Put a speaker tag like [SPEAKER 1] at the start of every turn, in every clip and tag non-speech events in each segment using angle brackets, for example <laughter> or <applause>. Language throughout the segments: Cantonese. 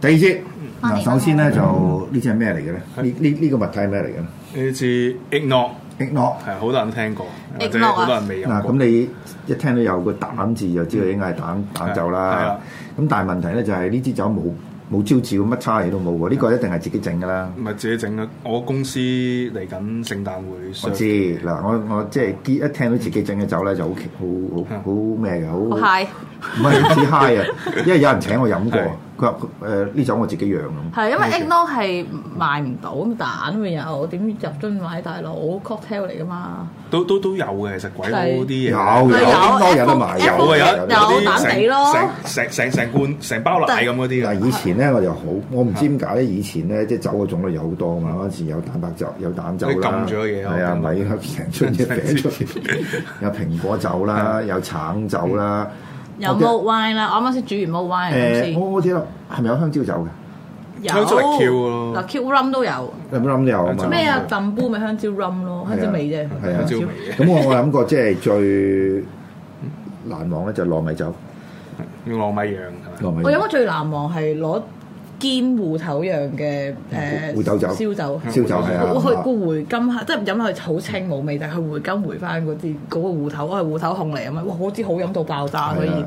[SPEAKER 1] 第二節
[SPEAKER 2] 我
[SPEAKER 1] 嗱，
[SPEAKER 2] 哋
[SPEAKER 1] 首先咧就呢只係咩嚟嘅咧？呢呢呢個物體係咩嚟嘅咧
[SPEAKER 3] 呢支 i g n o
[SPEAKER 1] ？egg nog
[SPEAKER 3] 係好多人聽過，或
[SPEAKER 2] Ignork
[SPEAKER 3] 者
[SPEAKER 2] 啊
[SPEAKER 3] 好多人未有
[SPEAKER 1] 嗱，
[SPEAKER 3] 過。
[SPEAKER 1] 咁你一聽到有個膽字就知道應該係膽膽酒
[SPEAKER 3] 係
[SPEAKER 1] 啦
[SPEAKER 3] 啦。
[SPEAKER 1] 咁但係問題咧就係呢支酒冇冇招照，乜差嘢都冇喎。呢個一定係自己整㗎啦。
[SPEAKER 3] 唔係自己整嘅，我公司嚟緊聖誕會
[SPEAKER 1] 我
[SPEAKER 3] serve，
[SPEAKER 1] 知嗱，我我即係一聽到自己整嘅酒咧就好奇好好好咩嘅，
[SPEAKER 2] 好
[SPEAKER 1] 好
[SPEAKER 2] high，
[SPEAKER 1] 唔係止 <laughs> high 啊！因為有人請我飲過，佢話誒呢酒我自己釀咁。
[SPEAKER 4] 係因為 egg nog 係賣唔到蛋咪有點入樽買大佬 cocktail 嚟噶嘛？
[SPEAKER 3] 都都都有嘅。其實鬼佬啲嘢
[SPEAKER 1] 有
[SPEAKER 4] 咪
[SPEAKER 1] 有
[SPEAKER 4] 有
[SPEAKER 1] 應該有得
[SPEAKER 4] Apple-
[SPEAKER 1] 賣，
[SPEAKER 3] 哦有
[SPEAKER 4] Apple-
[SPEAKER 3] 嘅有
[SPEAKER 4] 有
[SPEAKER 3] 啲
[SPEAKER 4] 蛋
[SPEAKER 3] 成
[SPEAKER 4] 地咯
[SPEAKER 3] 成成成成罐成包奶咁嗰
[SPEAKER 1] 嗱，
[SPEAKER 3] 啲嘅。
[SPEAKER 1] 啊以前咧我就好，我唔知點解咧。以前咧即係酒嘅種類有好多啊嘛，嗰陣時有蛋白酒、有蛋酒啦，
[SPEAKER 3] 你撳咗嘢啊
[SPEAKER 1] 係啊，
[SPEAKER 3] 我
[SPEAKER 1] 咪
[SPEAKER 3] 撳咗
[SPEAKER 1] 成
[SPEAKER 3] <laughs>
[SPEAKER 1] 樽嘢啤出嚟，有蘋果酒啦，
[SPEAKER 3] 啊
[SPEAKER 1] 有橙酒啦，
[SPEAKER 4] 有
[SPEAKER 1] 我記得
[SPEAKER 4] malt wine 啦，我啱啱先煮完 malt wine
[SPEAKER 1] 誒，我
[SPEAKER 4] 公司
[SPEAKER 1] 我記得係咪有香蕉酒嘅？
[SPEAKER 4] 有
[SPEAKER 3] 香蕉係 Q 咯
[SPEAKER 4] 嗱 Q rum 都有
[SPEAKER 1] 有冇諗有啊嘛？
[SPEAKER 4] 咩啊？燉煲咪香蕉 rum 咯，香蕉味啫，
[SPEAKER 1] 係啊
[SPEAKER 3] 香蕉味嘅
[SPEAKER 1] 咁我我諗過即係最難忘咧就係糯米酒，
[SPEAKER 3] 用糯米釀係咪？
[SPEAKER 1] 糯米
[SPEAKER 4] 我飲
[SPEAKER 1] 酒
[SPEAKER 4] 過最難忘係攞堅芋頭釀嘅誒
[SPEAKER 1] 芋頭酒
[SPEAKER 4] 燒酒。
[SPEAKER 1] 燒酒係
[SPEAKER 4] 我去
[SPEAKER 1] 啊。
[SPEAKER 4] 個回甘即係飲落去好清冇味，但係佢回甘回翻嗰啲嗰個芋頭，我係芋頭控嚟啊嘛，哇！嗰支好飲到爆炸，所以係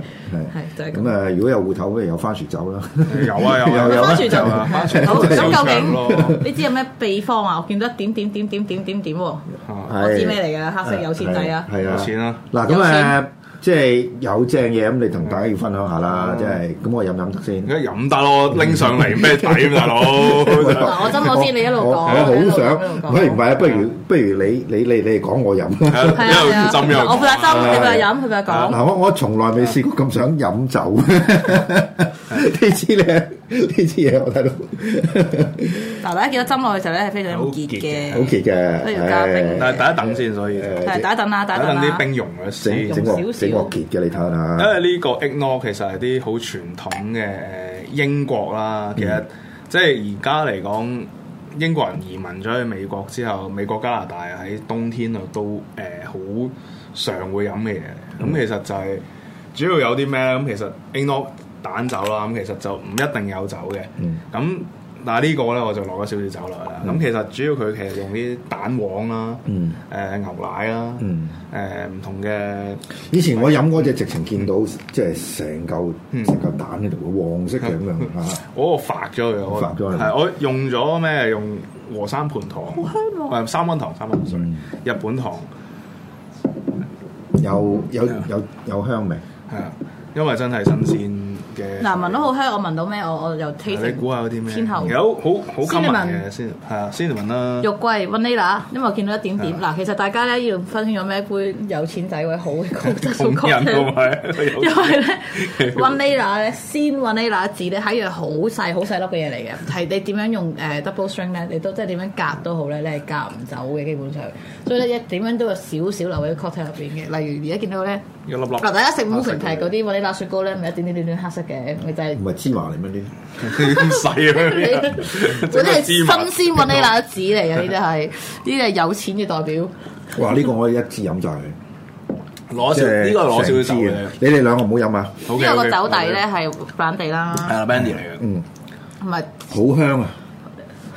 [SPEAKER 4] 就係
[SPEAKER 1] 咁
[SPEAKER 4] 咁。
[SPEAKER 1] 誒，如果有芋頭，不如有番薯酒啦。
[SPEAKER 3] 有啊有啊
[SPEAKER 1] 有有啊
[SPEAKER 4] 番薯就
[SPEAKER 3] 有啊番薯
[SPEAKER 4] 好
[SPEAKER 3] 就
[SPEAKER 4] 咁究
[SPEAKER 3] 腸咯
[SPEAKER 4] 竟呢支有咩秘方啊？我見到一點點點點點點點喎，
[SPEAKER 3] 嚇
[SPEAKER 1] 我
[SPEAKER 4] 我知咩嚟㗎啦，黑色有錢仔啊！
[SPEAKER 1] 係啊，
[SPEAKER 3] 有錢啦
[SPEAKER 1] 嗱
[SPEAKER 4] 有
[SPEAKER 1] 咁誒
[SPEAKER 4] 錢，
[SPEAKER 1] 即係有正嘢咁，你同大家要分享下啦。即係咁，我飲飲得先。
[SPEAKER 3] 而家飲得咯，拎上嚟咩抵啊大佬？
[SPEAKER 4] 嗱我斟我先你一路講
[SPEAKER 1] 我
[SPEAKER 4] 你一路
[SPEAKER 1] 我好
[SPEAKER 4] 講一路
[SPEAKER 1] 想，
[SPEAKER 4] 講
[SPEAKER 1] 喂唔係啊，不如不如你你你你講我飲。
[SPEAKER 3] 係
[SPEAKER 4] <laughs>
[SPEAKER 3] 啊
[SPEAKER 4] 係
[SPEAKER 3] 一路
[SPEAKER 4] 啊，
[SPEAKER 3] 浸一路
[SPEAKER 4] 我負責
[SPEAKER 3] 講
[SPEAKER 4] 斟，佢負責飲，佢負責講。
[SPEAKER 1] 嗱，我我從來未試過咁想飲酒，呢支咧呢支嘢我睇到
[SPEAKER 4] 嗱，大家記得斟落去嘅時候咧係非常
[SPEAKER 3] 好
[SPEAKER 4] 咁結嘅
[SPEAKER 3] 結嘅。
[SPEAKER 1] 好奇嘅，
[SPEAKER 4] 不如加冰
[SPEAKER 3] 但係大家等先，所以
[SPEAKER 4] 係，
[SPEAKER 1] 誒
[SPEAKER 4] 打一陣啦，打一
[SPEAKER 3] 等
[SPEAKER 4] 陣
[SPEAKER 3] 等啲
[SPEAKER 4] 啦。
[SPEAKER 3] 冰融咗先
[SPEAKER 1] 整。整
[SPEAKER 4] 用
[SPEAKER 1] 鑊
[SPEAKER 4] 少少
[SPEAKER 1] 整鑊結嘅，你睇下
[SPEAKER 3] 因。為呢個 i g n o r 其實係啲好傳統嘅誒英國啦，
[SPEAKER 1] 嗯
[SPEAKER 3] 其實即係而家嚟講，英國人移民咗去美國之後，美國加拿大喺冬天度都誒好、常會飲嘅嘢。咁、
[SPEAKER 1] 嗯
[SPEAKER 3] 其實就係、主要有啲咩咧？咁其實 i g n o r 蛋酒啦，咁其實就唔一定有酒嘅。咁、
[SPEAKER 1] 嗯
[SPEAKER 3] 但係呢個咧，我就落咗少少酒落去啦。咁、其實主要佢其實用啲蛋黃啦，誒、呃
[SPEAKER 1] 嗯
[SPEAKER 3] 牛奶啦，呃誒唔、
[SPEAKER 1] 嗯
[SPEAKER 3] 同嘅。
[SPEAKER 1] 以前我飲嗰只直情見到即係成嚿成嚿蛋喺度，黃色嘅咁樣嚇。
[SPEAKER 3] 我發咗佢，我
[SPEAKER 1] 發咗佢
[SPEAKER 3] 係我用咗咩？用和三盤糖，好香三溫糖，三溫水
[SPEAKER 1] 嗯，
[SPEAKER 3] 日本糖
[SPEAKER 1] 有有有有香味，
[SPEAKER 3] 係啊，因為真係新鮮嘅。啊
[SPEAKER 4] 嗱，聞到好香，我聞到咩？我我又 taste。
[SPEAKER 3] 你估下有啲咩？
[SPEAKER 4] 天后
[SPEAKER 3] 有好好 common
[SPEAKER 4] Cinnamon
[SPEAKER 3] 嘅先係啊，先聞啦。
[SPEAKER 4] 肉桂 vanilla，因為我見到一點點。嗱，其實大家咧要分清咗咩杯有錢仔位好
[SPEAKER 3] <laughs>
[SPEAKER 4] 高質素
[SPEAKER 3] 同人同
[SPEAKER 4] cocktail。
[SPEAKER 3] 埋有
[SPEAKER 4] 因為
[SPEAKER 3] <laughs>
[SPEAKER 4] 咧 vanilla 咧，先 vanilla 字咧係一樣好細好細粒嘅嘢嚟嘅，係你點樣用誒 double string 咧，你都即係點樣夾都好咧，你係夾唔走嘅基本上。所以咧一點樣都有少少留喺 cocktail 入邊嘅。例如而家見到咧，
[SPEAKER 3] 一粒粒
[SPEAKER 4] 嗱大家食 m o u s e 嗰啲 vanilla 雪糕咧，咪一點點點點黑色嘅，咪就
[SPEAKER 3] <laughs>
[SPEAKER 4] 係、
[SPEAKER 1] 唔係芝麻嚟咩呢？
[SPEAKER 3] 咁 <laughs> 細啊！
[SPEAKER 4] 嗰啲係新鮮揾呢拿子嚟嘅，呢啲
[SPEAKER 3] <laughs>
[SPEAKER 4] 係呢啲係有錢嘅代表。
[SPEAKER 1] 哇！呢個我一支飲晒佢，
[SPEAKER 3] 攞
[SPEAKER 1] 即
[SPEAKER 3] 少
[SPEAKER 1] 係啊
[SPEAKER 3] 呢個攞
[SPEAKER 1] 成
[SPEAKER 3] 少少
[SPEAKER 1] 支
[SPEAKER 3] 酒嘅
[SPEAKER 1] 嘅。你哋兩個唔好飲啊！
[SPEAKER 3] 好
[SPEAKER 4] 因
[SPEAKER 3] 嘅，啊
[SPEAKER 4] 為個
[SPEAKER 3] OK，
[SPEAKER 4] 酒底咧
[SPEAKER 3] 好嘅
[SPEAKER 4] 係 brandy 啦， <laughs>
[SPEAKER 3] 係啦，Bandy 嚟嘅。
[SPEAKER 1] 嗯，
[SPEAKER 4] 同埋
[SPEAKER 1] 好香啊！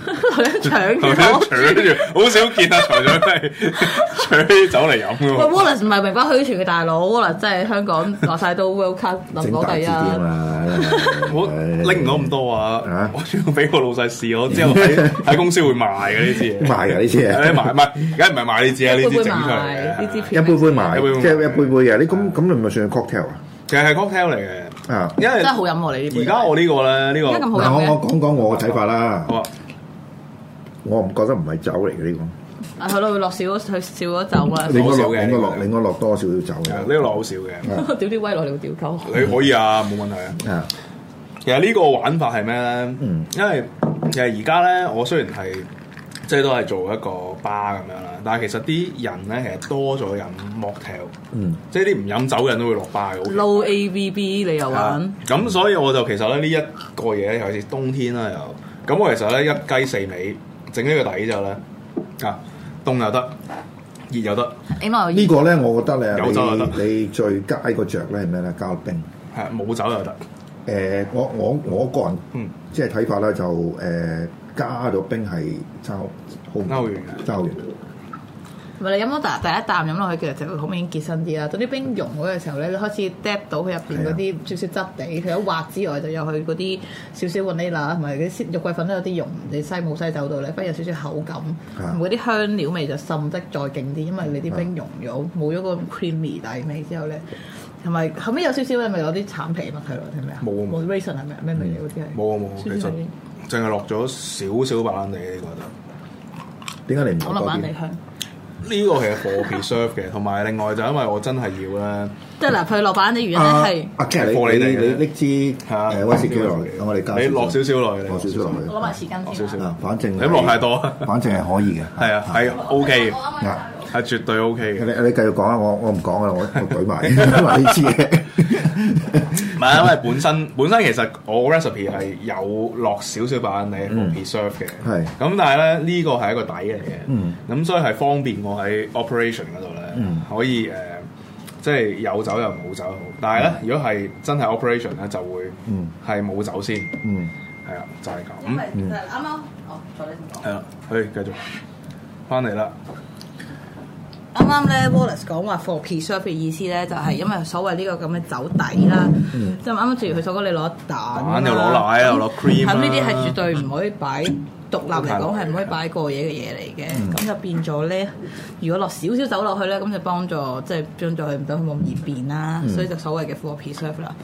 [SPEAKER 4] 台長搶
[SPEAKER 3] <laughs>
[SPEAKER 4] 咗我
[SPEAKER 3] 頭先搶
[SPEAKER 4] 豬。
[SPEAKER 3] 住，好少見啊！台長係 <laughs> 搶酒嚟飲嘅
[SPEAKER 4] 喂
[SPEAKER 3] 喎，
[SPEAKER 4] ，Wallace 唔係名不虛傳嘅大佬，Wallace 真係香港話晒都 World Cup
[SPEAKER 1] 整
[SPEAKER 4] 能攞
[SPEAKER 1] 大支
[SPEAKER 4] 第一。
[SPEAKER 1] 啲啊嘛，
[SPEAKER 3] <laughs> 我拎唔到咁多啊
[SPEAKER 1] 啊！
[SPEAKER 3] 我仲要俾個老細試，我之後喺
[SPEAKER 1] <laughs>
[SPEAKER 3] 喺公司會賣嘅呢支嘢，
[SPEAKER 1] 賣㗎呢
[SPEAKER 3] <laughs>
[SPEAKER 1] 支嘢
[SPEAKER 3] 誒賣賣，而家唔係賣呢支啊，呢
[SPEAKER 4] 一
[SPEAKER 3] 支
[SPEAKER 4] 杯
[SPEAKER 3] 整
[SPEAKER 4] 杯
[SPEAKER 3] 出
[SPEAKER 4] 埋
[SPEAKER 3] 嚟
[SPEAKER 4] 呢
[SPEAKER 3] 嘅
[SPEAKER 4] 支
[SPEAKER 1] 一杯杯埋，
[SPEAKER 3] 一杯杯埋
[SPEAKER 1] 即係一杯杯嘅。你咁咁，你咪算係 cocktail 啊？
[SPEAKER 3] 其實係 cocktail 嚟
[SPEAKER 1] 啊！
[SPEAKER 3] 嘅，因為
[SPEAKER 4] 真係好飲喎！你呢杯
[SPEAKER 3] 而家我呢個咧，
[SPEAKER 4] 而家咁
[SPEAKER 3] 呢
[SPEAKER 4] 好
[SPEAKER 1] 嗱，我
[SPEAKER 4] 飲
[SPEAKER 1] 我講講我嘅睇法啦
[SPEAKER 3] 個。好啊，
[SPEAKER 1] 我唔覺得唔係酒嚟嘅呢
[SPEAKER 4] 嘅，係咯，會啊落少咗佢少咗酒
[SPEAKER 1] 個，
[SPEAKER 4] 嘛。
[SPEAKER 1] 你 <laughs> 應該
[SPEAKER 3] 少
[SPEAKER 1] 落，
[SPEAKER 3] 嘅
[SPEAKER 1] 你應該落，
[SPEAKER 3] 呢個
[SPEAKER 1] 你應該落多少少酒
[SPEAKER 3] 呢
[SPEAKER 1] 嘅。
[SPEAKER 3] 個落好少嘅，
[SPEAKER 4] 屌啲威落嚟會屌鳩。
[SPEAKER 3] 你可以啊，冇問題啊。
[SPEAKER 1] 啊，
[SPEAKER 3] 其實呢個玩法係咩咧？
[SPEAKER 1] 嗯
[SPEAKER 3] 因為其實而家咧，我雖然係即係都係做一個 bar 咁樣啦，但係其實啲人咧其實多咗飲 mocktail，
[SPEAKER 1] 嗯，
[SPEAKER 3] 即係啲唔飲酒嘅人都會落 bar 嘅。好奇
[SPEAKER 4] Low ABB 你又
[SPEAKER 3] 係啊
[SPEAKER 4] 玩？
[SPEAKER 3] 咁所以我就其實咧呢一個嘢，尤其是冬天啦又，咁我其實咧一雞四味整呢個底之後咧，啊凍又得，熱又得，
[SPEAKER 4] 起碼
[SPEAKER 1] 呢個咧，我覺得咧，
[SPEAKER 3] 有酒就得
[SPEAKER 1] 你你最佳個着咧係咩咧？膠冰。
[SPEAKER 3] 係冇酒又得，
[SPEAKER 1] 誒，呃我我我個人
[SPEAKER 3] 嗯，
[SPEAKER 1] 即係睇法咧，就誒加咗冰係爭好
[SPEAKER 3] 歐元
[SPEAKER 1] <laughs>
[SPEAKER 3] 嘅
[SPEAKER 1] 爭好遠。
[SPEAKER 4] 唔係你飲咗第第一啖飲落去，其實就會好明顯結身啲啦。等啲冰溶嗰個時候咧，你開始嗒到佢入邊嗰
[SPEAKER 3] 啊
[SPEAKER 4] 啲少少質地，佢有滑之外，就有佢嗰啲少少 vanilla 同埋嗰啲肉桂粉都有啲溶，你西冇西走到咧，不過有少少口感，
[SPEAKER 1] 啊
[SPEAKER 4] 同埋嗰啲香料味就滲得再勁啲，因為你啲冰溶咗，冇咗個 creamy 底味之後咧，同埋後尾有少少你咪有啲橙皮乜佢咯，係咪啊？
[SPEAKER 3] 冇啊
[SPEAKER 4] 冇
[SPEAKER 3] 冇
[SPEAKER 4] raisin 係咪啊咩味嚟嗰啲係？
[SPEAKER 3] 冇啊冇啊，其
[SPEAKER 4] 少
[SPEAKER 3] 實
[SPEAKER 4] 少係
[SPEAKER 3] 淨係落咗少少白蘭地呢個得。
[SPEAKER 1] 點解你唔
[SPEAKER 4] 我落
[SPEAKER 1] 落多
[SPEAKER 4] 板地
[SPEAKER 1] 啲？啊
[SPEAKER 4] 香。
[SPEAKER 3] 呢個係 for <laughs> preserve 嘅，同埋另外就因為我真係要咧，
[SPEAKER 4] 即係嗱，佢落板地原因咧
[SPEAKER 1] 啊
[SPEAKER 4] 係
[SPEAKER 1] 啊，即係
[SPEAKER 3] 貨你
[SPEAKER 1] 你
[SPEAKER 3] 嚟
[SPEAKER 1] 你
[SPEAKER 3] 嘅
[SPEAKER 1] 你拎支呃
[SPEAKER 3] 嚇
[SPEAKER 1] 誒威士忌落嚟，我哋加
[SPEAKER 3] 你落少少落去，
[SPEAKER 1] 落少少落去，
[SPEAKER 4] 攞埋匙
[SPEAKER 3] 落
[SPEAKER 4] 羹
[SPEAKER 3] 少
[SPEAKER 4] 先啊。
[SPEAKER 3] 少
[SPEAKER 1] 啊，反正
[SPEAKER 3] 你落太多啊，
[SPEAKER 1] 反正係可以嘅。
[SPEAKER 3] <laughs> 係啊，係 OK 嘅，
[SPEAKER 1] 啊，
[SPEAKER 3] 係絕對 OK
[SPEAKER 1] 你
[SPEAKER 3] 嘅。
[SPEAKER 1] 你繼續講啊，我我唔講啦，我我舉埋 <laughs> 呢支
[SPEAKER 3] <laughs>
[SPEAKER 1] 嘢。
[SPEAKER 3] 唔係因為本身本身其實我 recipe 係有落少少白蘭地 for preserve 嘅，
[SPEAKER 1] 嗯係
[SPEAKER 3] 咁但係咧呢個係一個底嚟嘅
[SPEAKER 1] 嗯，
[SPEAKER 3] 咁所以係方便我喺 operation 嗰度咧
[SPEAKER 1] 嗯
[SPEAKER 3] 可以誒。呃即係有酒又冇酒又好，但係咧，如果係真係 operation 咧，就會
[SPEAKER 1] 嗯
[SPEAKER 3] 係冇酒先，
[SPEAKER 1] 嗯，
[SPEAKER 3] 係啊，就係咁。
[SPEAKER 4] 因為啱啱哦，坐你先講
[SPEAKER 3] 係啦，去繼續翻嚟啦。
[SPEAKER 4] 啱啱咧，Wallace 講話 for preserve 嘅意思咧，就係因為所謂呢個咁嘅酒底啦，即係啱啱正如佢所講，你攞蛋
[SPEAKER 3] 嗯蛋又攞奶又攞 cream
[SPEAKER 4] 咁
[SPEAKER 3] 啊
[SPEAKER 4] 呢啲
[SPEAKER 3] 啦
[SPEAKER 4] 係
[SPEAKER 3] <laughs>
[SPEAKER 4] 絕對唔可以擺獨立嚟講係唔可以擺過夜嘅嘢嚟
[SPEAKER 3] 嗯
[SPEAKER 4] 嘅，咁就變咗咧，如果落少少酒落去咧，咁就幫助即係幫助佢唔到佢冇咁易變啦，
[SPEAKER 3] 嗯
[SPEAKER 4] 所以就所謂嘅 for preserve 啦。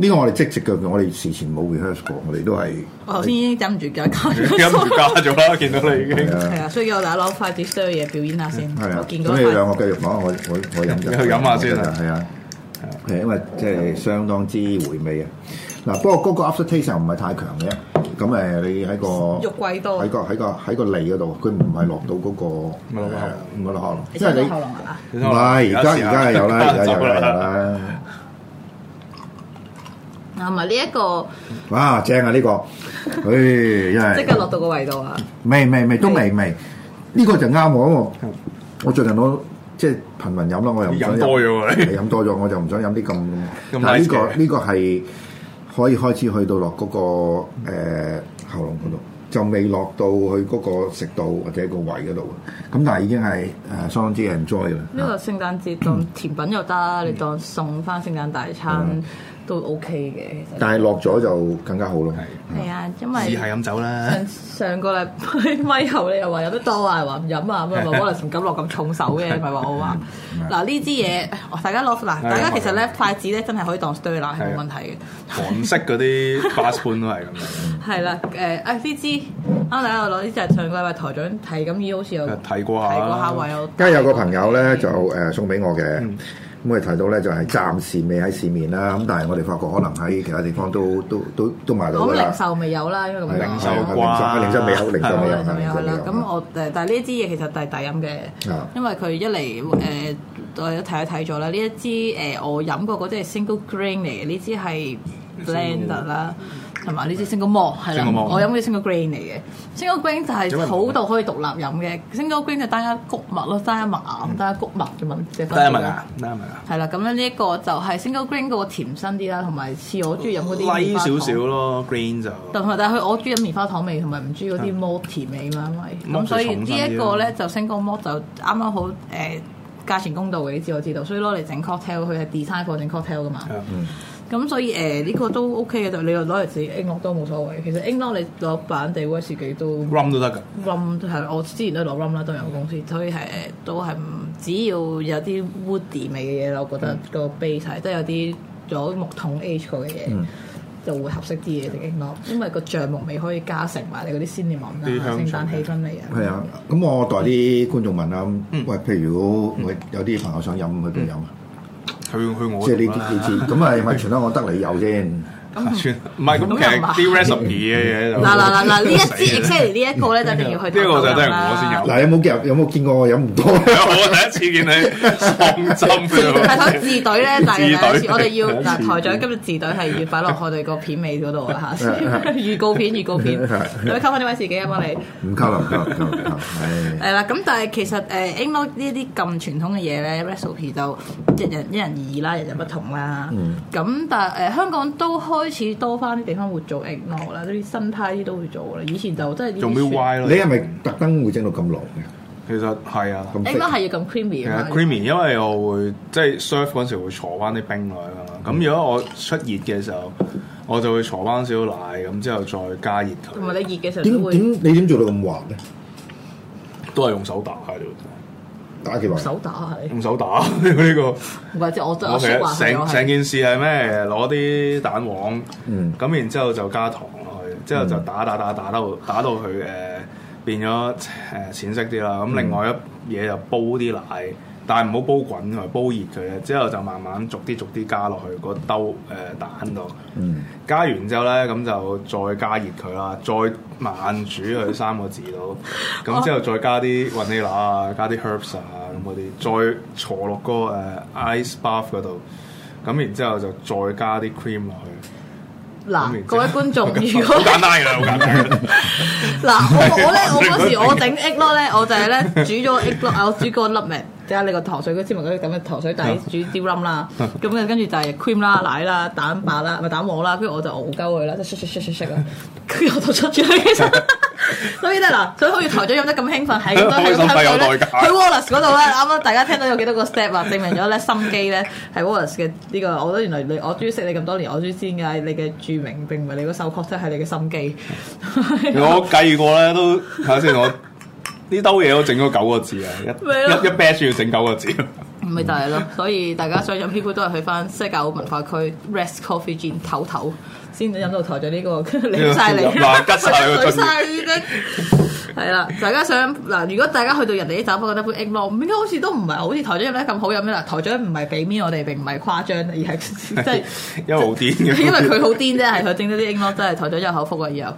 [SPEAKER 1] 呢個我哋即席嘅，我哋事前冇 rehearse 過，我哋都係
[SPEAKER 4] 我頭先已經忍唔住加
[SPEAKER 3] <laughs> 飲唔加咗啦，見到你已經
[SPEAKER 1] 係啊
[SPEAKER 4] <laughs> 係啊，所以我大家攞筷子箱嘅嘢表演下
[SPEAKER 3] 嗯
[SPEAKER 4] 先，
[SPEAKER 1] 係
[SPEAKER 4] 我
[SPEAKER 1] 啊。
[SPEAKER 4] 見過
[SPEAKER 1] 咁你
[SPEAKER 4] 塊
[SPEAKER 1] 兩個繼續講，我我我飲
[SPEAKER 3] 你去飲下先啊
[SPEAKER 1] 係啊。係因為即係相當之回味啊！嗱，不過嗰個 after taste 又唔係太強嘅，咁誒你喺個
[SPEAKER 4] 肉桂多
[SPEAKER 1] 喺個喺個喺個脷嗰度，佢唔係落到嗰個
[SPEAKER 3] 係落喉
[SPEAKER 1] 唔係落喉
[SPEAKER 4] 你
[SPEAKER 1] 嚨，因為
[SPEAKER 4] 想到
[SPEAKER 1] 你
[SPEAKER 4] 喉嚨係嘛？
[SPEAKER 1] 唔係而家而家係有啦，而家有啦有。啦，
[SPEAKER 4] 啊，唔係呢一個
[SPEAKER 1] 哇正啊呢個，唉真係
[SPEAKER 4] 即刻落到個胃度啊！
[SPEAKER 1] 未未未都未未，呢個就啱我，因為我我最近我即係頻頻飲啦，我又唔想
[SPEAKER 3] 飲多咗喎你
[SPEAKER 1] 係飲多咗，我就唔想飲啲咁。
[SPEAKER 3] 咁
[SPEAKER 1] 但係呢
[SPEAKER 3] nice
[SPEAKER 1] 個
[SPEAKER 3] 嘅
[SPEAKER 1] 呢個係可以開始去到落嗰個誒喉嚨嗰度，就未落到去嗰個食道或者個胃嗰度嘅。咁但係已經係誒相當之 enjoy
[SPEAKER 4] 呢
[SPEAKER 1] 啦。
[SPEAKER 4] 個聖誕節當甜品又得，你當送翻聖誕大餐都 OK 嘅。其實
[SPEAKER 1] 但係落咗就更加好咯。
[SPEAKER 4] 係啊，因
[SPEAKER 3] 試下
[SPEAKER 4] 為
[SPEAKER 3] 飲酒啦，
[SPEAKER 4] 上上個禮拜 <laughs> 咪後你又話飲得多啊，又話唔飲 <laughs> 啊，咁啊話可能唔敢落咁重手 <laughs> 嘅，咪話我話嗱呢支嘢，大家攞嗱大家其實咧筷子咧嗯真係可以當 stir 啦，係冇啊問題嘅。
[SPEAKER 3] 韓式嗰啲 fast food 都係咁樣。
[SPEAKER 4] 係啦，誒啊呢支啱大家攞呢支係上個禮拜台長提咁已經好似有
[SPEAKER 3] 提過下啦
[SPEAKER 4] 提過下位我。
[SPEAKER 1] 而家有個朋友咧就誒、呃送俾我嘅，咁佢提到咧就係、暫時未喺市面啦，咁但係我哋發覺可能喺其他地方都都都都買到
[SPEAKER 4] 咁
[SPEAKER 1] 㗎啦
[SPEAKER 4] 零。售未有啦，因為咁
[SPEAKER 1] 係
[SPEAKER 4] 講
[SPEAKER 1] 啦
[SPEAKER 3] 零售
[SPEAKER 1] 係啦
[SPEAKER 3] 啩
[SPEAKER 1] 零售未有，零售未有，
[SPEAKER 4] 係啦，
[SPEAKER 1] 零售
[SPEAKER 4] 係
[SPEAKER 1] 未有
[SPEAKER 4] 啦。咁我誒，但係呢支嘢其實係抵飲嘅
[SPEAKER 1] 啊，
[SPEAKER 4] 因為佢一嚟誒，我有睇一睇咗啦。呢一支誒，我飲過嗰支係 single grain 嚟嘅，呢支係 blend 啦。同埋呢支 single malt 係啦
[SPEAKER 3] Single，malt
[SPEAKER 4] 我飲嘅 single grain 嚟嘅，single grain 就係好到可以獨立飲嘅，single grain 就單一谷物咯，單一麥芽，單一谷物嘅文嘅分別
[SPEAKER 3] 嗯得一文啊，得一文啊，
[SPEAKER 4] 係啦，咁樣呢一個就係 single grain 嗰個甜身啲啦，同埋似我中意飲嗰啲
[SPEAKER 3] 拉
[SPEAKER 4] 棉花
[SPEAKER 3] 少
[SPEAKER 4] 糖
[SPEAKER 3] 少，咯，green 就
[SPEAKER 4] 但係但係佢我中意飲棉花糖味，同埋唔中意嗰啲 malt 甜味嘛，因為
[SPEAKER 3] malt
[SPEAKER 4] 咁所以
[SPEAKER 3] 就重
[SPEAKER 4] 呢
[SPEAKER 3] 身啲咯啊
[SPEAKER 4] 一個咧就 single malt 就啱啱好誒價錢公道嘅，呢支我知道，所以攞嚟整 cocktail，佢係 design for 整 cocktail 噶嘛。
[SPEAKER 3] 係啊
[SPEAKER 4] 咁所以誒呢個都 OK 嘅，就你又攞嚟自己英樂都冇所謂。其實英樂你攞板地威士忌都
[SPEAKER 3] 啊 rum 都得㗎。
[SPEAKER 4] rum 都係我之前都攞 rum 啦，都有公司，所以係誒都係唔只要有啲 woody 味嘅嘢啦，我覺得個 base 係都有啲咗木桶 age 過嘅嘢。就會合適啲嘅食英樂，因為個橡木味可以加成埋你嗰啲 cinnamon
[SPEAKER 3] 啲
[SPEAKER 4] 啊、
[SPEAKER 3] 香
[SPEAKER 4] 聖
[SPEAKER 3] 草
[SPEAKER 4] 誕氣氛味啊。
[SPEAKER 1] 係啊，咁我代啲觀眾問啦，喂，譬如我有啲朋友想飲，去邊飲啊？
[SPEAKER 3] 去去我
[SPEAKER 1] 即係呢
[SPEAKER 3] 度啦啊
[SPEAKER 1] 啲呢啲，咁啊，係咪全香港得你有先？
[SPEAKER 3] 算唔係咁，
[SPEAKER 4] 咁
[SPEAKER 3] 其實
[SPEAKER 4] 又唔
[SPEAKER 3] 啲 recipe 嘅嘢就
[SPEAKER 4] 嗱嗱嗱嗱，呢一支
[SPEAKER 3] 死啦
[SPEAKER 4] exactly 呢一個咧，就一定要去
[SPEAKER 3] 呢個就真係我先有
[SPEAKER 1] 嗱，有冇見有冇見過我飲唔多？
[SPEAKER 3] <laughs> 我第一次見你放針 <laughs>
[SPEAKER 4] 係
[SPEAKER 3] 㗎
[SPEAKER 4] 睇自隊咧，但係第一
[SPEAKER 3] 自
[SPEAKER 4] 次
[SPEAKER 3] 隊
[SPEAKER 4] 我哋要
[SPEAKER 3] <laughs>
[SPEAKER 4] 嗱
[SPEAKER 3] 第一次
[SPEAKER 4] 台長今日自隊係要擺落我哋個片尾嗰度啊嚇， <laughs> 預告片預告片，你咪溝翻啲位自己啊幫你。
[SPEAKER 1] 唔溝啦，唔溝啦，唔溝啦唔溝啦，唉
[SPEAKER 4] 係啦，咁但係其實誒英國呢啲咁傳統嘅嘢咧，recipe 就一人一人而異啦，人人不同啦。咁、但係誒、香港都開始多翻啲地方會做英國啦，呢啲新派啲都會做啦。以前就真係呢啲
[SPEAKER 3] 做咩
[SPEAKER 4] 雪
[SPEAKER 3] Y 咯？
[SPEAKER 1] 你係咪特登會整到咁濃嘅？
[SPEAKER 3] 其實係啊。
[SPEAKER 1] 咁
[SPEAKER 4] 英國
[SPEAKER 1] 色
[SPEAKER 4] 係要咁 creamy
[SPEAKER 3] 其
[SPEAKER 4] 啊
[SPEAKER 3] 實
[SPEAKER 4] 嘛
[SPEAKER 3] creamy，因為我會即係 serve 嗰陣時會坐翻啲冰落去啊
[SPEAKER 1] 嗯
[SPEAKER 3] 嘛。咁如果我出熱嘅時候，我就會坐翻少少奶，咁之後再加熱
[SPEAKER 4] 同埋
[SPEAKER 3] 佢，
[SPEAKER 4] 你熱嘅時候
[SPEAKER 1] 點
[SPEAKER 4] 都會
[SPEAKER 1] 點你點做到咁滑咧？
[SPEAKER 3] 都係用手打喺度，
[SPEAKER 1] 打幾滑？
[SPEAKER 4] 手打下你，
[SPEAKER 3] 用手打 <laughs> 呢個。
[SPEAKER 4] 或者我都
[SPEAKER 3] 我
[SPEAKER 4] 我
[SPEAKER 3] 其
[SPEAKER 4] 識話
[SPEAKER 3] 實
[SPEAKER 4] 係
[SPEAKER 3] 成
[SPEAKER 4] 我
[SPEAKER 3] 成
[SPEAKER 4] 係
[SPEAKER 3] 件事係咩？攞啲蛋黃，
[SPEAKER 1] 嗯
[SPEAKER 3] 咁然之後就加糖落去，之後就打打打打到打到佢誒變咗誒淺色啲
[SPEAKER 1] 嗯
[SPEAKER 3] 啦。咁另外一嘢就煲啲奶，但係唔好煲滾佢，煲熱佢。之後就慢慢逐啲逐啲加落去個兜誒蛋度。
[SPEAKER 1] 嗯，
[SPEAKER 3] 加完之後咧，咁就再加熱佢啦，再慢煮佢三個字度。
[SPEAKER 4] <laughs> 哦
[SPEAKER 3] 咁之後再加啲 vanilla 啊，加啲 herbs 啊咁嗰啲，再坐落個誒 ice bath 嗰度。咁然之後就再加啲 cream 落去。
[SPEAKER 4] 嗱，各位觀眾，如
[SPEAKER 3] 好
[SPEAKER 4] 果
[SPEAKER 3] 簡單嘅啦，好簡單
[SPEAKER 4] <laughs>
[SPEAKER 3] 嘅啦。
[SPEAKER 4] 嗱，我我咧，
[SPEAKER 3] <laughs>
[SPEAKER 4] 我嗰時我整 egg 咯咧，我就係咧煮咗 egg 咯，我煮個粒咪，即係你個糖水嗰芝麻嗰啲咁嘅糖水底
[SPEAKER 3] 啊
[SPEAKER 4] 煮啲 rum 啦，咁啊跟住就係 cream 啦、奶啦、蛋白啦、咪蛋黃啦，跟住我就熬鳩佢啦，即係 shake shake shake shake shake 啦，跟住我就出咗去。其實 <laughs> 所以咧嗱，所以好似台長飲得咁興奮，係咁多
[SPEAKER 3] 開心費有代價
[SPEAKER 4] 去 Wallace 嗰度咧，啱啱大家聽到有幾多個 step 啊，證明咗咧心機咧係 Wallace 嘅呢個，我覺得原來你我中意識你咁多年，我中意知點解你嘅著名並唔係你個手確，即係你嘅心機。
[SPEAKER 3] 我計過咧，都睇下先，我呢兜嘢我整咗九個字啊，一
[SPEAKER 4] 咪咯
[SPEAKER 3] 一一 batch 要整九個字。啊
[SPEAKER 4] <laughs> 咪就係咯，所以大家想飲 p i 都係去翻西九文化區 Rest Coffee Gin 唞唞，先飲到台長呢、個，你晒你，
[SPEAKER 3] 嗱吉晒佢
[SPEAKER 4] 佢晒已經係啦，大家想嗱，如果大家去到人哋啲酒吧覺得杯 egg roll，應該好似都唔係好似台長飲得咁好飲嘅啦。台長唔係俾面我哋，並唔係誇張，而係即係
[SPEAKER 3] 因為好癲嘅，
[SPEAKER 4] 因為佢好癲啫，係佢整咗啲 egg roll 真係台長有口福啊，以後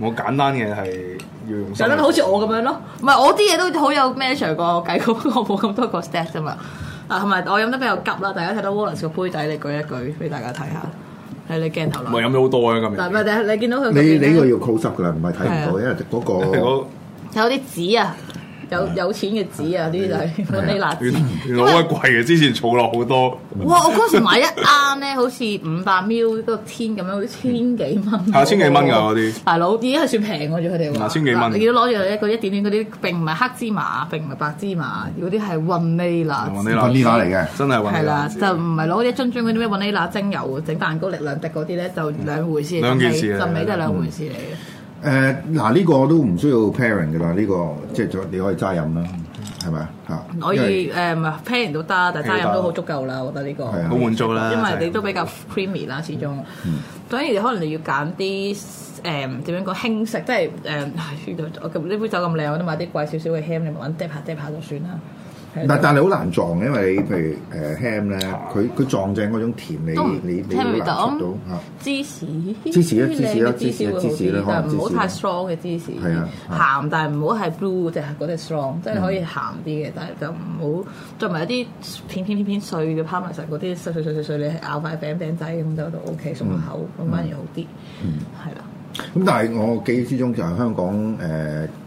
[SPEAKER 3] 我簡單嘅係要用心
[SPEAKER 4] 就
[SPEAKER 3] 去
[SPEAKER 4] 得好似我咁樣咯。唔係我啲嘢都好有 measure 過計過，不過我冇咁多個 stat 啫嘛。啊，同埋我飲得比較急啦，大家睇到 Wallace 個杯底，你舉一舉俾大家睇下，喺你鏡頭
[SPEAKER 3] 唔係
[SPEAKER 4] 啦。
[SPEAKER 3] 飲咗好多啊今日。
[SPEAKER 4] 嗱，咪但係你見到 <laughs> 佢
[SPEAKER 1] 你
[SPEAKER 4] 嗰邊
[SPEAKER 1] 你
[SPEAKER 4] 咧
[SPEAKER 1] 呢個要 close up 噶啦，唔係睇唔
[SPEAKER 4] 啊
[SPEAKER 1] 到，因為嗰個
[SPEAKER 3] 我
[SPEAKER 4] 有啲紙啊，有有錢嘅紙啊，呢啲就 <laughs> 係 v a n i l
[SPEAKER 3] 嗯原原來好鬼貴嘅，之前儲落好多，
[SPEAKER 4] 哇！我嗰時買一啱咧，好似五百 ml 個天咁樣，好似千幾蚊。
[SPEAKER 3] 係啊千幾蚊㗎嗰啲。
[SPEAKER 4] 大佬已經係算平嘅啫，佢哋話。
[SPEAKER 3] 嗱千幾蚊
[SPEAKER 4] 嗱你要攞住一個一點點嗰啲，並唔係黑芝麻，並唔係白芝麻，嗰啲係混呢啦。
[SPEAKER 3] 搵
[SPEAKER 1] 分啊呢拿嚟嘅，
[SPEAKER 3] 啊真係搵
[SPEAKER 4] 係
[SPEAKER 3] 呢
[SPEAKER 4] 啦，
[SPEAKER 3] 拿
[SPEAKER 4] 就唔係攞啲一樽樽嗰啲咩揾呢拿精油整蛋糕力量滴嗰啲咧，就兩回事。
[SPEAKER 3] 兩件事啊嗯嚟嘅
[SPEAKER 4] 陣味都係兩回事嚟嘅。
[SPEAKER 1] 誒嗱呢個都唔需要 pairing 噶啦，呢個即係你可以齋飲啦，係咪啊？嚇，
[SPEAKER 4] 可
[SPEAKER 1] 因為
[SPEAKER 4] 以誒唔係 pair 都得，但係齋飲都好足夠啦，我覺得呢個。
[SPEAKER 1] 係啊嗯
[SPEAKER 3] 好滿足啦。
[SPEAKER 4] 因為你都
[SPEAKER 3] 真係
[SPEAKER 4] 比較 creamy 啦，始終，所以可能你要揀啲誒點樣講輕食，呃即係誒唉呢度我咁呢杯酒咁靚，我都買啲貴少少嘅 ham，你慢慢 dip 下 dip 下就算啦。
[SPEAKER 1] 但但係好難撞嘅，因為你譬如誒 ham 咧，佢佢撞正嗰種甜，你
[SPEAKER 4] 都唔
[SPEAKER 1] 你你
[SPEAKER 4] ham
[SPEAKER 1] 好
[SPEAKER 4] 唔
[SPEAKER 1] 難
[SPEAKER 4] 到
[SPEAKER 1] 食到嚇。
[SPEAKER 4] 芝士，
[SPEAKER 1] 啊芝士啊芝士啊
[SPEAKER 4] 靚嘅芝士會好
[SPEAKER 1] 芝士
[SPEAKER 4] 啲
[SPEAKER 1] 啦，可能
[SPEAKER 4] 但係唔好
[SPEAKER 1] 芝士啦
[SPEAKER 4] 太 strong 嘅芝士。
[SPEAKER 1] 係啊係
[SPEAKER 4] 鹹但係唔好係 blue 即係嗰隻 strong，即係你可以鹹啲嘅，但係就唔好再埋一啲片片片片碎嘅 parmesan 嗰啲碎碎碎碎碎，你係咬塊餅餅仔咁就都 OK，送個口
[SPEAKER 1] 嗯
[SPEAKER 4] 咁反而好啲，係啦。
[SPEAKER 1] 咁但係我記憶之中就係香港誒、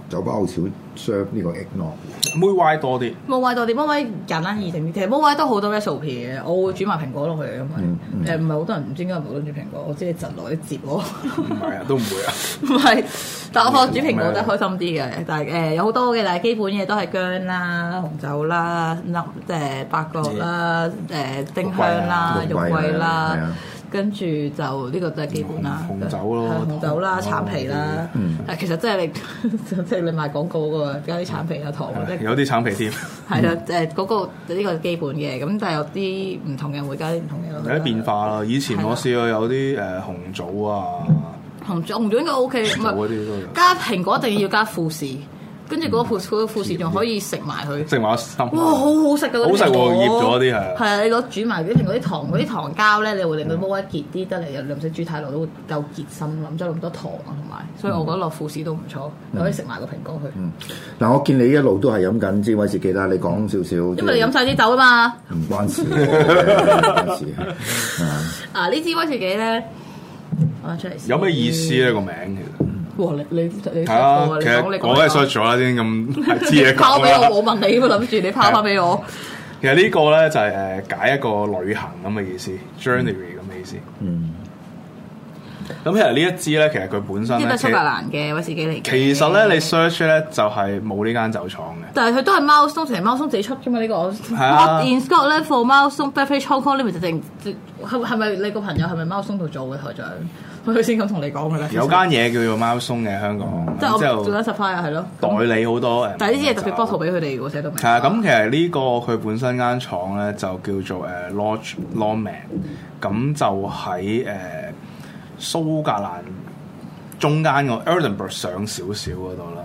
[SPEAKER 1] 酒吧好少 serve 呢個 eggnog，
[SPEAKER 3] 妹歪多啲，
[SPEAKER 4] 冇位到點冇位簡單易整啲，其實冇位都好多 recipe 嘅，我會煮埋蘋果落去嘅，
[SPEAKER 1] 嗯
[SPEAKER 4] 因為誒唔係好多人唔知點解無端煮蘋果，我知你侄女接我。
[SPEAKER 3] 唔係啊，都唔會啊。
[SPEAKER 4] 唔係，但我覺得煮蘋果都開心啲嘅。但係誒、有好多嘅，但係基本嘢都係薑啦、紅酒啦、粒誒八角啦、誒、丁香啦、
[SPEAKER 1] 肉
[SPEAKER 4] 肉
[SPEAKER 1] 桂啊
[SPEAKER 4] 桂
[SPEAKER 1] 係
[SPEAKER 4] 啦
[SPEAKER 1] 啊。
[SPEAKER 4] 跟住就呢個都係基本啦，
[SPEAKER 3] 紅紅酒咯
[SPEAKER 4] 係紅酒啦、
[SPEAKER 3] 糖啊
[SPEAKER 4] 橙皮啦
[SPEAKER 1] 嗯，
[SPEAKER 4] 但係其實即係你 <laughs> 即係你賣廣告嗰個加啲橙皮啊、糖啊，即係
[SPEAKER 3] 有啲橙
[SPEAKER 4] <laughs>
[SPEAKER 3] 皮添，
[SPEAKER 4] 係啦，誒嗰個呢個基本嘅，咁但係有啲唔同嘅會加啲唔同嘅落
[SPEAKER 3] 有
[SPEAKER 4] 去啦。
[SPEAKER 3] 啲變化啦。以前我試過有啲誒紅棗啊，
[SPEAKER 4] 紅棗紅棗應該 O K，唔
[SPEAKER 3] 棗嗰啲都有
[SPEAKER 4] 係加蘋果一定要加富士，跟住嗰個富嗰個富士仲可以食埋佢。
[SPEAKER 3] 正話心。
[SPEAKER 4] 哇，好好食噶！
[SPEAKER 3] 好食
[SPEAKER 4] 嗰
[SPEAKER 3] 喎
[SPEAKER 4] 啲蘋果
[SPEAKER 3] 醃咗啲係
[SPEAKER 4] 係啊，你攞煮埋啲蘋果啲糖嗰啲糖膠咧，你會令到煲一結啲得嚟，又你唔使煮太耐都會夠結心，冧咗咁多糖啊，同埋，所以我覺得落富士都唔錯，你
[SPEAKER 3] 嗯
[SPEAKER 4] 可以食埋個蘋果去，
[SPEAKER 1] 嗱我見你一路都係飲緊支威士忌啦，你講少少，
[SPEAKER 4] 因為你飲晒啲酒啊嘛。
[SPEAKER 1] 唔關
[SPEAKER 4] <laughs>
[SPEAKER 1] 事，唔關事啊
[SPEAKER 4] 啊，呢支威士忌咧，我出嚟先
[SPEAKER 3] 有咩意思咧？個名其實
[SPEAKER 4] 哇！你你你
[SPEAKER 3] 係啊，其實我梗係 search
[SPEAKER 4] 想
[SPEAKER 3] 咗啦，
[SPEAKER 4] <laughs>
[SPEAKER 3] 先咁係知啊嘢
[SPEAKER 4] 拋
[SPEAKER 3] 講
[SPEAKER 4] 俾
[SPEAKER 3] 啦。
[SPEAKER 4] 我，我問你咁諗住你拋翻俾我。
[SPEAKER 3] 其實呢個咧就係誒解一個旅行咁嘅意思，journey 咁嘅意思。
[SPEAKER 1] 嗯，
[SPEAKER 3] 咁其實呢一支咧，其實佢本身
[SPEAKER 4] 呢個
[SPEAKER 3] 咧，
[SPEAKER 4] 係
[SPEAKER 3] 其
[SPEAKER 4] 蘇格蘭嘅威士忌嚟嘅。
[SPEAKER 3] 其實咧你 search 咧就係冇呢間酒廠嘅。
[SPEAKER 4] 但係佢都係貓松，成日貓松自己出㗎嘛？呢個
[SPEAKER 3] 啊
[SPEAKER 4] What in Scotland for 貓松 Beverage Hong Kong Limited 定係係咪你個朋友係咪貓松度做嘅台長？佢先咁同你講嘅咧。
[SPEAKER 3] 有間嘢叫做貓松嘅香港，
[SPEAKER 4] 即係
[SPEAKER 3] 之
[SPEAKER 4] 我
[SPEAKER 3] 後
[SPEAKER 4] 做緊 supply 啊，係咯。
[SPEAKER 3] 代理好多誒。
[SPEAKER 4] 但係呢啲嘢特別 bottle 俾佢哋嘅喎，寫到明。
[SPEAKER 3] 係啊，咁其實呢個佢本身間廠咧就叫做誒 Lodge Lawman，咁就喺誒、呃蘇格蘭中間個 Edinburgh 上少少嗰度啦。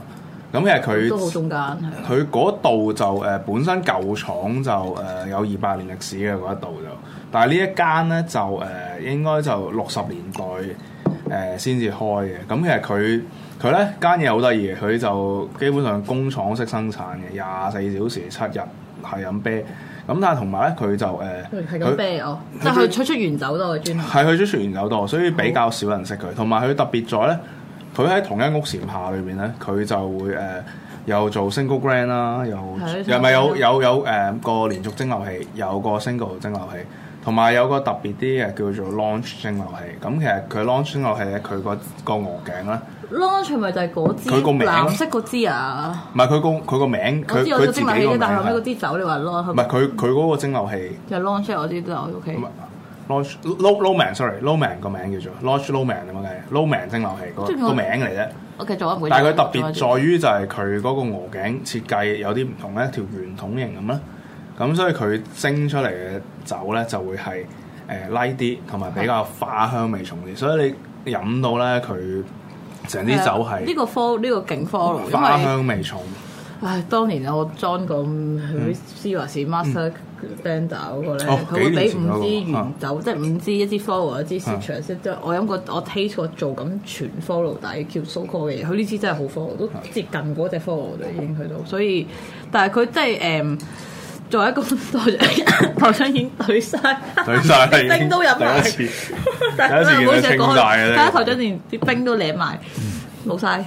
[SPEAKER 3] 咁其實
[SPEAKER 4] 都好
[SPEAKER 3] 佢
[SPEAKER 4] 中間係。
[SPEAKER 3] 佢嗰度就誒、呃本身舊廠就誒、呃有二百年歷史嘅嗰一度就，但係呢一間咧就誒、呃、應該就六十年代誒先至開嘅。咁其實佢佢咧間嘢好得意嘅，佢就基本上工廠式生產嘅，廿四小時七日係飲啤。咁但係同埋咧佢就誒呃
[SPEAKER 4] 係
[SPEAKER 3] 佢
[SPEAKER 4] 咁啤我，但係佢出出原酒多嘅專係。
[SPEAKER 3] 係佢出全酒多，所以比較少人識佢。同埋佢特別在咧，佢喺同一屋檐下裏邊咧，佢就會誒、呃又做 single grand 啦，又
[SPEAKER 4] 係
[SPEAKER 3] 又咪
[SPEAKER 4] 啊
[SPEAKER 3] 有有有誒、呃、個連續蒸餾器，有個 single 蒸餾器，同埋有個特別啲嘅叫做 launch 蒸餾器。咁其實佢 launch 蒸餾器咧，佢個個鵝頸咧，
[SPEAKER 4] Launch 咪就係嗰支
[SPEAKER 3] 佢個名
[SPEAKER 4] 藍色嗰支啊！
[SPEAKER 3] 唔係佢個佢個名，
[SPEAKER 4] 我
[SPEAKER 3] 佢
[SPEAKER 4] 知我個
[SPEAKER 3] 佢自
[SPEAKER 4] 蒸
[SPEAKER 3] 己個
[SPEAKER 4] 奶
[SPEAKER 3] 名
[SPEAKER 4] 器，但係後尾嗰
[SPEAKER 3] 係
[SPEAKER 4] 支酒你話 launch
[SPEAKER 3] 唔係佢佢嗰個蒸餾器。
[SPEAKER 4] 就 launch 我知都有 OK。
[SPEAKER 3] Lodge Low Lowman sorry Lowman 個名叫做 Lodge Lowman 啊咁樣嘅 Lowman 蒸餾器個
[SPEAKER 4] 即係佢
[SPEAKER 3] 個名嚟啫。
[SPEAKER 4] 我繼續啊，每
[SPEAKER 3] 但係佢特
[SPEAKER 4] 每
[SPEAKER 3] 別在於就係佢嗰個鵝頸設計有啲唔同咧，一條圓筒形咁啦。咁所以佢蒸出嚟嘅酒咧就會係誒拉啲，同埋比較花香味重啲。所以你飲到咧，佢成啲酒
[SPEAKER 4] 啊呢
[SPEAKER 3] 係
[SPEAKER 4] 個 follow 呢個勁 follow，因
[SPEAKER 3] 花
[SPEAKER 4] 為
[SPEAKER 3] 香味重。
[SPEAKER 4] 唉，當年我 join 個 s e r i s Master Blender 嗰個咧，
[SPEAKER 3] 嗯哦
[SPEAKER 4] 佢會俾
[SPEAKER 3] 幾年前嗰
[SPEAKER 4] 五支原酒，
[SPEAKER 3] 個啊
[SPEAKER 4] 即係五支一支 follow 一支 citrus，即係我飲過我 taste 過做咁全 follow 底叫 so call 嘅嘢，佢呢支真係好 follow，都
[SPEAKER 3] 啊
[SPEAKER 4] 接近嗰隻 follow 就已經去到，所以但係佢真係誒。作為一個 <laughs> 台長已經對晒，
[SPEAKER 3] 對
[SPEAKER 4] <laughs>
[SPEAKER 3] 晒啦已經
[SPEAKER 4] 冰都飲埋，
[SPEAKER 3] 第一次
[SPEAKER 4] <laughs> 但
[SPEAKER 3] 第一
[SPEAKER 4] 係
[SPEAKER 3] 次見你
[SPEAKER 4] 唔好意思
[SPEAKER 3] 清
[SPEAKER 4] 講
[SPEAKER 3] 晒嘅啫
[SPEAKER 4] 睇下台長連啲冰都舐埋，冇晒。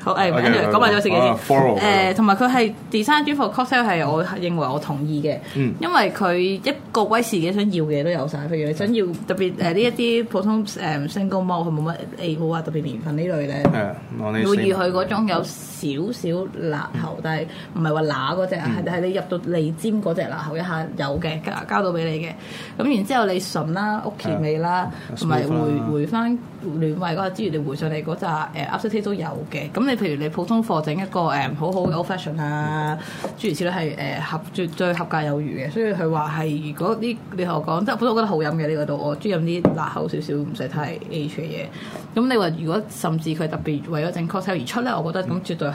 [SPEAKER 4] 好誒，跟住
[SPEAKER 3] OK，
[SPEAKER 4] 講埋咗自己
[SPEAKER 3] 好啊
[SPEAKER 4] 先。
[SPEAKER 3] ，follow
[SPEAKER 4] 誒，同埋佢係 design 專 for cocktail 係我認為我同意嘅，
[SPEAKER 3] 嗯
[SPEAKER 4] 因為佢一個威士忌想要嘅都有晒，譬如你想要特別誒呢一啲普通誒 single malt 佢冇乜 A 冇話特別年份呢類咧。
[SPEAKER 3] 誒，嗯我
[SPEAKER 4] 會遇佢嗰種有少少辣喉，但係唔係話乸嗰只，啊
[SPEAKER 3] 嗯
[SPEAKER 4] 係係你入到脷尖嗰只辣喉一下有嘅，交交到俾你嘅。咁然之後你純啦、屋企味啦，同埋
[SPEAKER 3] 啊 Smooth 啦
[SPEAKER 4] 回回翻暖胃嗰下之餘，你回上嚟嗰扎誒 a p p e t i t 呃都有嘅。咁你譬如你普通貨整一個誒好好嘅 old fashion 啊，諸如此類係誒合絕對合格有餘嘅。所以佢話係如果啲你同我講，即係本身我覺得好飲嘅呢個度，我中意飲啲辣口少少，唔使太 H 嘅嘢。咁你話如果甚至佢特別為咗整 cocktail 而出咧，我覺得咁絕對係誒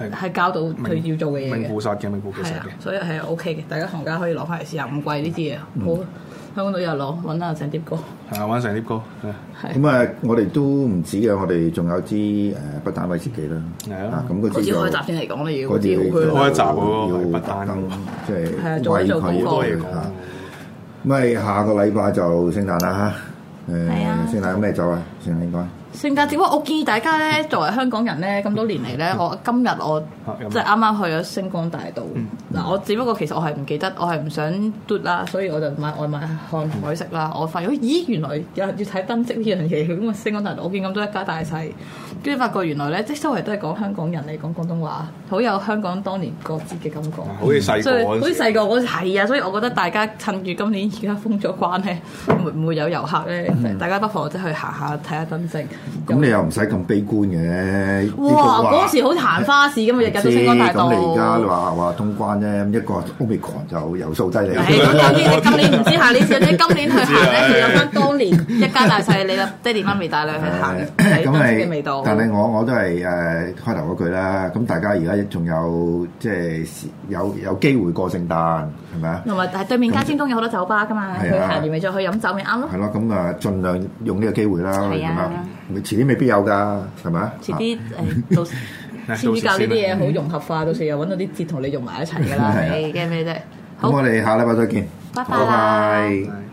[SPEAKER 3] 係
[SPEAKER 4] 係交到佢要做嘅嘢
[SPEAKER 3] 名
[SPEAKER 4] 嘅
[SPEAKER 3] 副。實嘅，名副其實
[SPEAKER 4] 係啊
[SPEAKER 3] 嘅，。
[SPEAKER 4] 所以係 OK 嘅，大家行家可以攞翻嚟試下，唔貴呢啲嘢。好，香港都有攞，揾下鄭碟哥。
[SPEAKER 3] 係啊，玩成啲歌，係
[SPEAKER 4] 係
[SPEAKER 1] 咁啊，我哋都唔止嘅，我哋仲有支誒不打威士忌啦。
[SPEAKER 3] 係啊
[SPEAKER 1] 咁嗰
[SPEAKER 4] 好
[SPEAKER 1] 支
[SPEAKER 4] 似
[SPEAKER 1] 就
[SPEAKER 4] 開集先嚟講，你要
[SPEAKER 1] 嗰
[SPEAKER 4] 屌
[SPEAKER 1] 啲
[SPEAKER 4] 佢
[SPEAKER 3] 開
[SPEAKER 4] 咯
[SPEAKER 3] 一集喎係
[SPEAKER 1] 要
[SPEAKER 3] 不
[SPEAKER 1] 特
[SPEAKER 3] 單
[SPEAKER 1] 登即
[SPEAKER 4] 係啊
[SPEAKER 1] 係
[SPEAKER 4] 做一
[SPEAKER 1] 為
[SPEAKER 4] 做
[SPEAKER 1] 佢
[SPEAKER 4] 功課
[SPEAKER 3] 好多嘢
[SPEAKER 1] 去嚇
[SPEAKER 3] 講。
[SPEAKER 1] 咪下個禮拜就聖誕啦嚇，誒
[SPEAKER 2] 係啊
[SPEAKER 1] 聖誕有咩酒啊？聖誕應該
[SPEAKER 4] 聖誕節，不過我建議大家
[SPEAKER 1] <laughs>
[SPEAKER 4] 咧，作為香港人咧，咁多年嚟咧，
[SPEAKER 1] 嗯
[SPEAKER 4] 我今日我
[SPEAKER 3] 啊有咩
[SPEAKER 4] 即係啱啱去咗星光大道。
[SPEAKER 1] 嗯
[SPEAKER 4] 嗱，我只不過其實我係唔記得，我係唔想嘟啦，所以我就買外賣看
[SPEAKER 1] 嗯
[SPEAKER 4] 海食啦。我發現咦，原來有人要睇燈飾呢樣嘢咁啊！星光大道，我見咁多一家大細，跟住發覺原來咧，即係周圍都係講香港人嚟講廣東話，好有香港當年過節嘅感覺。
[SPEAKER 3] 好似細個
[SPEAKER 4] 所以
[SPEAKER 3] 嗰
[SPEAKER 4] 好似
[SPEAKER 3] 陣時
[SPEAKER 4] 細個嗰時係啊，所以我覺得大家趁住今年而家封咗關咧， <laughs> 會唔會有遊客咧？大家不妨即係去行下睇下燈飾。
[SPEAKER 1] 嗯咁你又唔使咁悲觀嘅。呢個
[SPEAKER 4] 哇！
[SPEAKER 1] 話
[SPEAKER 4] 嗰時好似行花市咁啊，日日
[SPEAKER 1] 知
[SPEAKER 4] 都星光大道。
[SPEAKER 1] 咁你而家話話通關啫，咁一個 Omicron 就有數低你。
[SPEAKER 4] 係咁當
[SPEAKER 1] <laughs>
[SPEAKER 4] 然，你今年唔知下年時咧，今年去行咧，
[SPEAKER 1] 啊
[SPEAKER 4] 佢有翻當年一家大細，你啦爹哋媽咪帶你去行睇燈飾嘅味道。
[SPEAKER 1] 哎呃但係我我都係誒、開頭嗰句啦。咁大家而家仲有即係有有機會過聖誕係咪啊？
[SPEAKER 4] 同埋，但係對面街尖東有好多酒吧噶嘛，佢
[SPEAKER 1] 係啊
[SPEAKER 4] 行完咪再去飲酒咪啱咯
[SPEAKER 1] 係。咯，咁啊，盡量用呢個機會啦，
[SPEAKER 4] 係
[SPEAKER 1] 咁
[SPEAKER 4] 啊
[SPEAKER 1] 啊，遲啲未必有㗎，係咪啊？
[SPEAKER 4] 遲啲誒
[SPEAKER 1] <laughs>
[SPEAKER 4] 到時，先知教呢啲嘢好融合化，到時又揾到啲節同你融埋一齊噶啦，
[SPEAKER 1] 係啊
[SPEAKER 4] 你驚咩啫？好
[SPEAKER 1] 咁我。哋下禮拜再見，
[SPEAKER 4] 拜拜
[SPEAKER 1] 拜拜
[SPEAKER 3] 係